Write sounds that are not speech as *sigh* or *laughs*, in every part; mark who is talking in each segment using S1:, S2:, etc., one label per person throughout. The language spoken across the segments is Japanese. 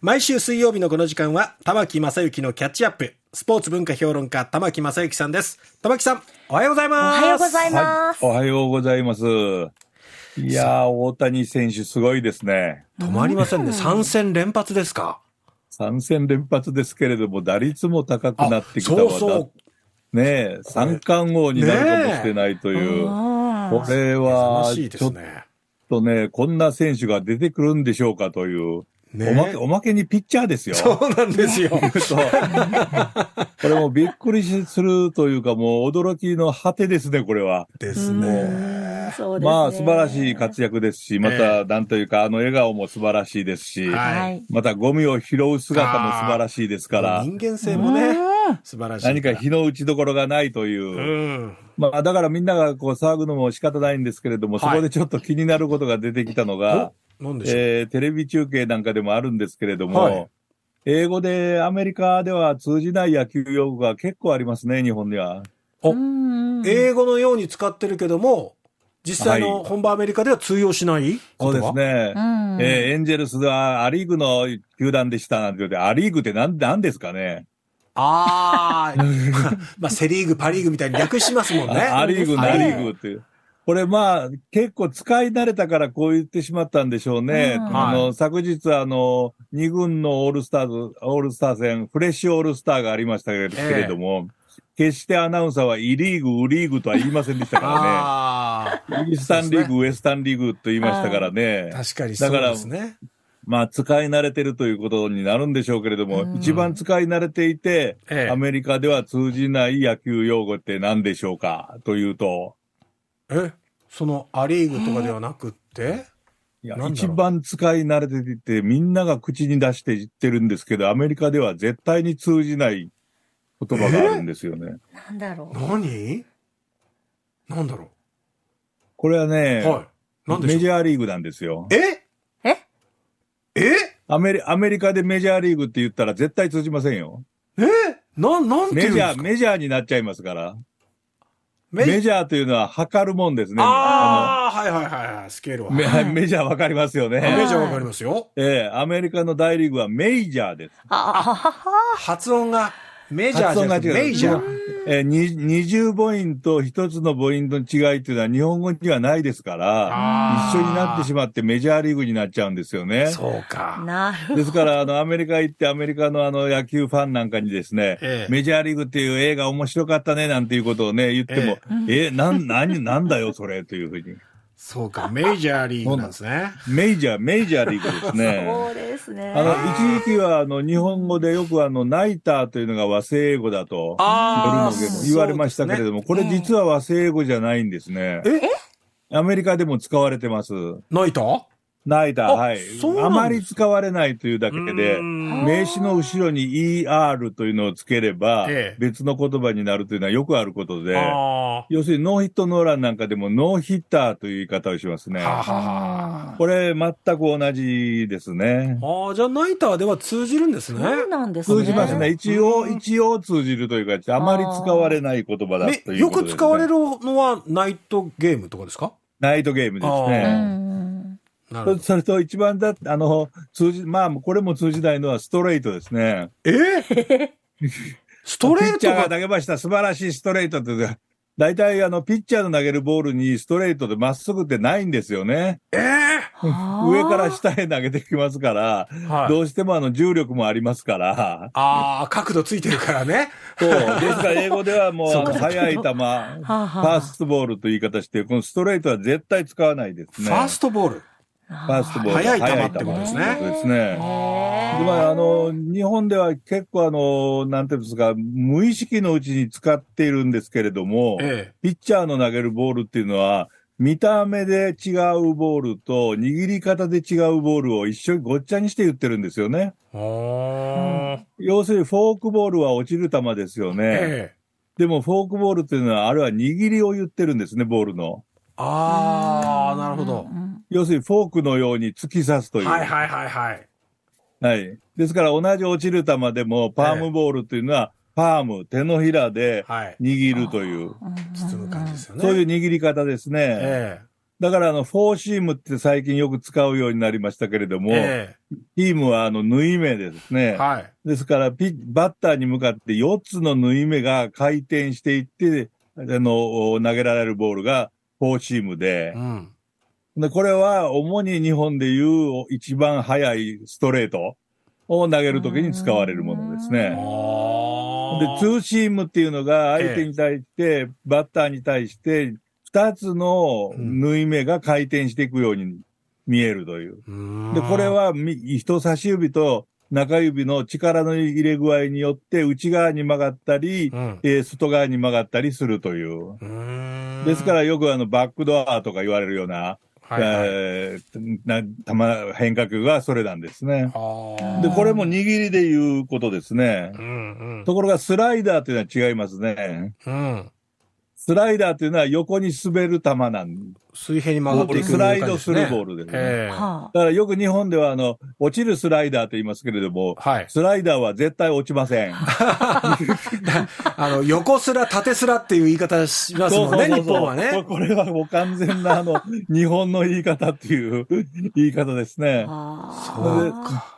S1: 毎週水曜日のこの時間は、玉木正幸のキャッチアップ、スポーツ文化評論家、玉木正幸さんです。玉木さん、おはようござい
S2: お
S1: ます。
S2: はようございま
S3: はい。
S2: す。
S3: おはようございます。いやー、大谷選手すごいですね。
S1: 止まりませんね。3戦連発ですか。
S3: 3戦連発ですけれども、打率も高くなってきた
S1: そう
S3: わ。
S1: そう。
S3: だねえ、三冠王になるかもしれないという。こ
S2: う
S3: れ
S1: 珍
S3: は、
S1: しいで
S3: ちょ
S1: す
S3: っ
S1: ね。
S3: とね、こんな選手が出てくるんでしょうかという。
S1: ね
S3: おまけ、おまけにピッチャーですよ。
S1: そうなんですよ。 *laughs*
S3: そうこれもびっくりするというか、もう驚きの果てですね、これは。
S1: です
S2: ん。そうですね
S3: まあ、素晴らしい活躍ですし、ま
S1: え
S3: た、なんというか、あの笑顔も素晴らしいですし、
S1: は
S2: はいい。
S3: またゴミを拾う姿も素晴らしいですから、
S1: 人間性もね、素晴らしい。
S3: 何か火の打ちどころがないというう、
S1: ん。
S3: まあ、だからみんながこう騒ぐのも仕方ないんですけれども、
S1: はい
S3: そこでちょっと気になることが出てきたのが、
S1: おなんでしょう。
S3: えーテレビ中継なんかでもあるんですけれども、
S1: はい
S3: 英語でアメリカでは通じない野球用語が結構ありますね、日本には。
S1: お
S2: うん
S1: 英語のように使ってるけども、実際の
S3: はい
S1: 本場アメリカでは通用しない
S3: そうですね。
S2: うん
S3: えーエンジェルスはア・リーグの球団でしたなんて言って、ア・リーグってなんなんですかね
S1: ああ、まあセリー *laughs* グ、パリーグみたいに略しますもんね。
S3: あア・リーグ、
S1: あ
S3: ナ・リーグっていう。これまあ、結構使い慣れたからこう言ってしまったんでしょうね。
S2: うん
S3: あ
S1: は
S3: の、昨日あの、2軍のオールスターズ、オールスター戦、フレッシュオールスターがありましたけれけれども、決してアナウンサーはイリーグ、ウリーグとは言いませんでしたか
S1: あ
S3: らね。イースタンリーグ、ウエスタンリーグと言いましたからね
S1: あ、。確かにそうですね。
S3: まあ、使い慣れてるということになるんでしょうけれども、
S2: うん
S3: 一番使い慣れていて、
S1: ええ
S3: アメリカでは通じない野球用語って何でしょうかというと、
S1: え、そのア・リーグとかではなくって、
S3: いや
S1: なんだろう
S3: 一番使い慣れていて、みんなが口に出して言ってるんですけど、アメリカでは絶対に通じない言葉があるんですよね。
S2: なんだろう。
S1: 何なんだろ
S3: これは
S1: う。
S3: ね、
S1: はい。なんで
S3: メ
S1: し
S3: ジ
S1: ょう。
S3: ャーリーグなんですよ。
S1: え
S2: え
S1: え
S3: アメリアメリカでメジャーリーグって言ったら絶対通じませんよ。
S1: えなん、なんてい
S3: メ
S1: うん
S3: ジ
S1: で
S3: ャ
S1: す
S3: ー、
S1: か
S3: メジャーになっちゃいますから。
S1: メ
S3: メジャーというのは測るもんですね。
S1: ああ、はいはいはいはい、スケールは。
S3: あの
S1: メ
S3: メ *laughs* メジャーわかりますよね。
S2: はい
S1: ジャーわかりますよ。
S3: ええアメリカの大リーグはメイジャーです。
S2: あははは。
S1: 発音がメジャーじゃなくて
S3: 発音が違う
S1: メイジャー。
S3: ええに20母音と1つの母音の違いっていうのは日本語にはないですから、
S1: あ
S3: 一緒になってしまってメジャーリーグになっちゃうんですよね。
S1: そうか。
S2: なるほど。
S3: ですから、あの、アメリカ行って、アメリカのあの、野球ファンなんかにですね、
S1: ええ
S3: メジャーリーグっていう映画面白かったね、なんていうことをね、言っても、ええなん、 *laughs* なん、なんだよ、それ、というふうに。
S1: そうか、メジャーリーグなんですね。
S3: メイジャー、メイジャーリーグですね。
S1: *laughs*
S2: そうですね。
S3: あの、一時期は、あの、日本語でよくあの、ナイターというのが和製英語だと
S1: あー
S3: 言われましたけれども、これ実は和製英語じゃないんですね。アメリカでも使われてます。
S1: ナイター
S3: ナイター、
S1: あ
S3: はい
S1: そうなん。だ
S3: あまり使われないというだけで
S1: うー、ん
S3: 名詞の後ろに ER というのをつければ
S1: ええ、
S3: 別の言葉になるというのはよくあることで、
S1: あ
S3: 要するにノーヒットノーランなんかでもノーヒッターという言い方をします
S1: ー
S3: ね。
S1: はあは
S2: あ
S3: これ全く同じですね
S1: あ。はああー、じゃあナイターでは通じるんです
S2: ー
S1: ね。
S2: そうなんですね。
S3: 通じますね。一応、
S1: うん
S3: 一応通じるというか、あまり使われない言葉だと
S1: ね
S3: いうことです、ね。
S1: よく使われるのはナイトゲームとかですか
S3: ナイトゲームです
S2: う
S3: ね。 *laughs*
S2: ん。
S1: なる
S3: それ
S1: ほど。
S3: それと一番だ、あの、通じ、まあ、これも通じないのはストレートですね。
S1: えーストレ
S3: *laughs* ピ
S1: ー
S3: ッチ
S1: ト
S3: ャーが投
S1: が、
S3: げました、素晴らしいストレートって、大体あの、ピッチャーの投げるボールにストレートでまっすぐってないんですよね。
S1: え
S3: 上から
S2: 下。
S3: 下へ投げてきますから、
S1: ーはい
S3: どうしてもあの、重力もありますから。
S1: ああ、角度ついてるからね。
S3: そう。ですから英語ではもう、
S1: そう
S3: あ
S1: か
S3: の、速い球、フ
S2: はあはあ
S3: ァーストボールという言い方して、このストレートは絶対使わないですね。
S1: ファーストボール。
S3: ファーストボール。
S1: 速い球ってことですね
S3: 速い球ってことですね。でまあ、あの、日本では結構あの、なんていうんですか、無意識のうちに使っているんですけれども、
S1: え
S3: ピッチャーの投げるボールっていうのは、見た目で違うボールと、握り方で違うボールを一緒にごっちゃにして言ってるんですよね。
S1: え。ああ。
S3: 要するにフォークボールは落ちる球ですよね。
S1: ええ。
S3: でもフォークボールっていうのは、あれは握りを言ってるんですね、ボールの。
S1: ああ、なるほど
S2: う。ん
S3: 要するにフォークのように突き刺すという。
S1: はいはいはいはい。
S3: はい。ですから同じ落ちる球でも、パームボールというのは、パーム、手のひらで
S1: はい。
S3: 握るとい
S2: う
S3: う、
S2: ん
S1: 包む感じですよね。
S3: そういう握り方ですね。
S1: え
S3: だからあの、フォーシームって最近よく使うようになりましたけれども、
S1: え
S3: チームはあの、縫い目です
S1: え
S3: ね。
S1: はい。
S3: ですからピ、バッターに向かって4つの縫い目が回転していって、あの、投げられるボールがフォーシームで
S1: う、ん。
S3: で、これは主に日本でいう一番速いストレートを投げるときに使われるものです
S1: あ
S3: ね。で、
S1: ー
S3: ツーシームっていうのが相手に対して、バッターに対して、二つの縫い目が回転していくように見えるという。
S1: うーん
S3: で、これ、はみ人差し指と中指の力の入れ具合によって内側に曲がったり、
S1: うん。、
S3: えー外側に曲がったりするという。ですかららよくあのバックドアとか言われるような、
S1: はいはい、
S3: えーな球変化球がそれなんですね。
S1: あ
S3: で、
S1: で
S3: これも握りでいうことですね。
S1: うん
S3: ところがスライダーというのは違いますね。
S1: うん。うん。
S3: スライダーというのは横に滑る球なんだ
S1: 水平に曲がっていく
S3: スライドするボ
S1: 感
S3: ールです
S1: じ
S3: ね。
S1: ね。ええ
S2: は
S3: だからよく日本ではあの、落ちるスライダーと言いますけれども、
S1: はい。 *laughs*
S3: スライダーは絶対落ちません。
S1: あの、横すら縦すらっていう言い方しますもんね、日本は
S3: これ
S1: ね。
S3: これはもう完全なあの、 *laughs* 日本の言い方っていう *laughs* 言い方です
S2: あ。
S3: ね。
S1: そう
S2: はあ。
S1: か。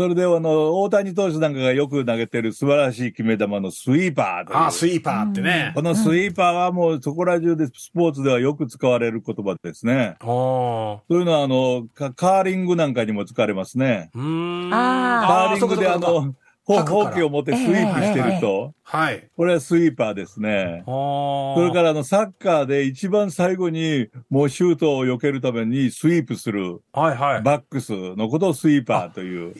S3: それであの、大谷投手なんかがよく投げてる素晴らしい決め球のスイーパーという。
S1: あースイーパーってね
S3: こ。のスイーパーはもうそこら中でスポーツではよく使われる言葉ですね。
S1: お
S3: というのはあの、カカーリングなんかにも使われますね。
S1: うーん。
S2: あ
S3: カーリングであ、
S1: そうかそうかそう
S3: の、ほ
S1: 吐く
S3: ほ
S1: から
S3: うきを持ってスイープしてると、
S1: かはい。
S3: これはスイーパーですね。
S1: そ、
S3: それかららあの、サッカーで一番最後にもうシュートを避けるためにスイープする
S1: はいはい。
S3: バックスのことをスイーパーという、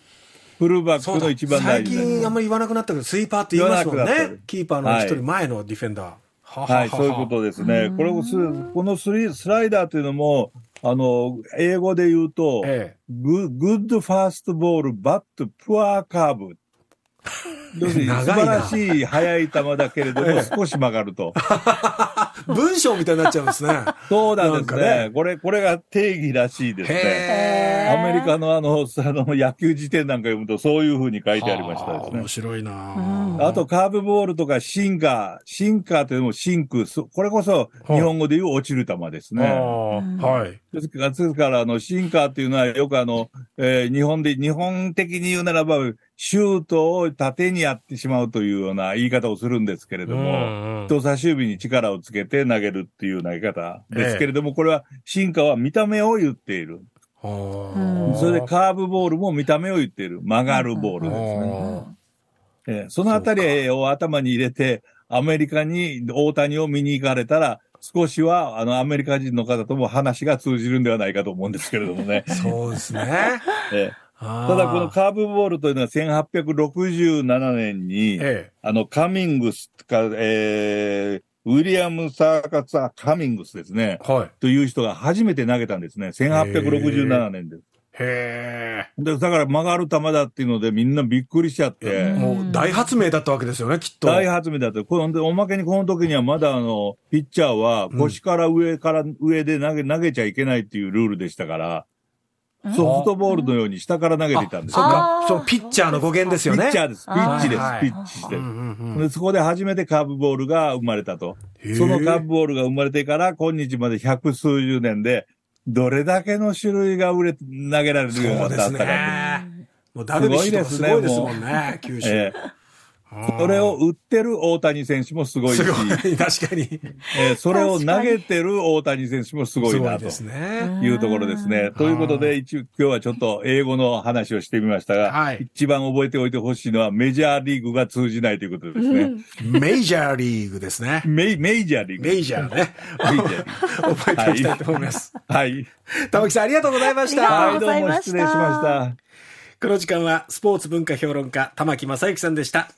S3: フルバッ
S1: そう
S3: クの
S1: だ
S3: 一番
S1: 最
S3: 大事な
S1: 近あんまり言わなくなったけど、スイーパーって言いますもん
S3: 言わなくな
S1: ね
S3: った。
S1: キーパーの一人前のディフェンダー。ははは
S3: はい、そういうことですね
S2: うん。
S3: これをすこのスリスライダーというのも、あの、英語で言うと、
S1: え
S3: ググッドファーストボール、バット、プアーカーブ。要するに素
S1: *laughs* 長
S3: 晴
S1: いな
S3: らしい速い球だけれ
S1: *laughs*
S3: ども、少し曲がると。
S1: え。文章みたいになっちゃうんですね。
S3: そうなんで
S1: なん
S3: す
S1: か
S3: ね
S1: ね
S3: これ、これが定義らしいですね。
S1: へえ。
S2: ー
S3: アメリカのあの、あの野球辞典なんか読むと、そういうふうに書いてありました
S1: は
S3: で
S1: あ
S3: すね
S1: 面。白い
S2: うん
S1: な
S3: あと、、カーブボールとかシンカー、シンカーというのもシンク、そこれこそ日本語でいう落ちる球です
S1: あ
S3: ね。
S1: あ
S2: うん
S1: はい。
S3: ですから、ですからあの、シンカーっていうのはよくあの、えー日本で、日本的に言うならば、シュートを縦にやってしまうというような言い方をするんですけれども、
S1: うんうん
S3: 人差し指に力をつけて投げるっていう投げ方ですけれども、これは、シンカーは見た目を言っている。
S1: はあ
S3: それでカーブボールも見た目を言っている。曲がるボールです
S1: う
S3: ね。
S1: ん
S3: えーそのあたりを頭に入れて、アメリカに大谷を見に行かれたら、少しは、あの、アメリカ人の方とも話が通じるんではないかと思うんですけれども
S1: *laughs*
S3: ね。
S1: そうですね。
S3: えー
S1: た
S3: ただ、このカーブボールというのは1867年に、
S1: え
S3: あの、カミングスか、えーウィリアム・サーカツ・カミングスですね。
S1: え。はい。
S3: という人が初めて投げたんですね。1867年です。
S1: へ
S3: でだから曲がる球だっていうのでみんなびっくりしちゃっ
S1: え。
S3: て。
S1: もう大発明だったわけですよね、きっと。
S3: 大発明だと。このおまけにこの時にはまだあの、ピッチャーは腰から上から上で投げ、投げちゃいけないっていうルールでしたから、
S2: うん
S3: ソフトボールのように下から投げていたんです
S1: あ
S3: よ
S1: そう
S3: ね
S2: あ。
S1: か。そう、ピッチャーの語源ですよね。
S3: ピッチャーです。ピッチです
S1: あー。
S3: ピッチし
S1: う
S3: て。
S1: んうんうん
S3: でそこで初めてカーブボールが生まれたと。
S1: へえ
S3: そのカーブボールが生まれてから、今日まで百数十年で、どれだけの種類が売れ、投げられるようにな
S1: そう
S3: っ
S1: です
S3: たか。
S1: ね。もうダルビッシュとかすごいですもんね、九州。
S3: ええ
S1: あー
S3: *laughs* それを打ってる大谷選手もすごいし
S1: す、ごい、確かに。
S3: えーそれを投げてる大谷選手もすご
S1: す
S3: い
S1: ご
S3: ないと
S1: ですね。
S3: いうところですね。ということで、一応今日はちょっと英語の話をしてみましたが、
S1: はい
S3: 一番覚えておいてほしいのはメジャーリーグが通じないということですね。
S1: メジャーリーグですね。
S3: メイメジャーリーグ。
S1: メジャーね。
S3: メジャーリー
S1: 覚えておきたいと思います。
S3: グ。はい。
S1: 玉木さんありがとうございまし
S2: ありがとうございま
S1: た。
S2: した
S3: はい、どうも失礼しました。
S1: この時間はスポーツ文化評論家玉木正之さんでした。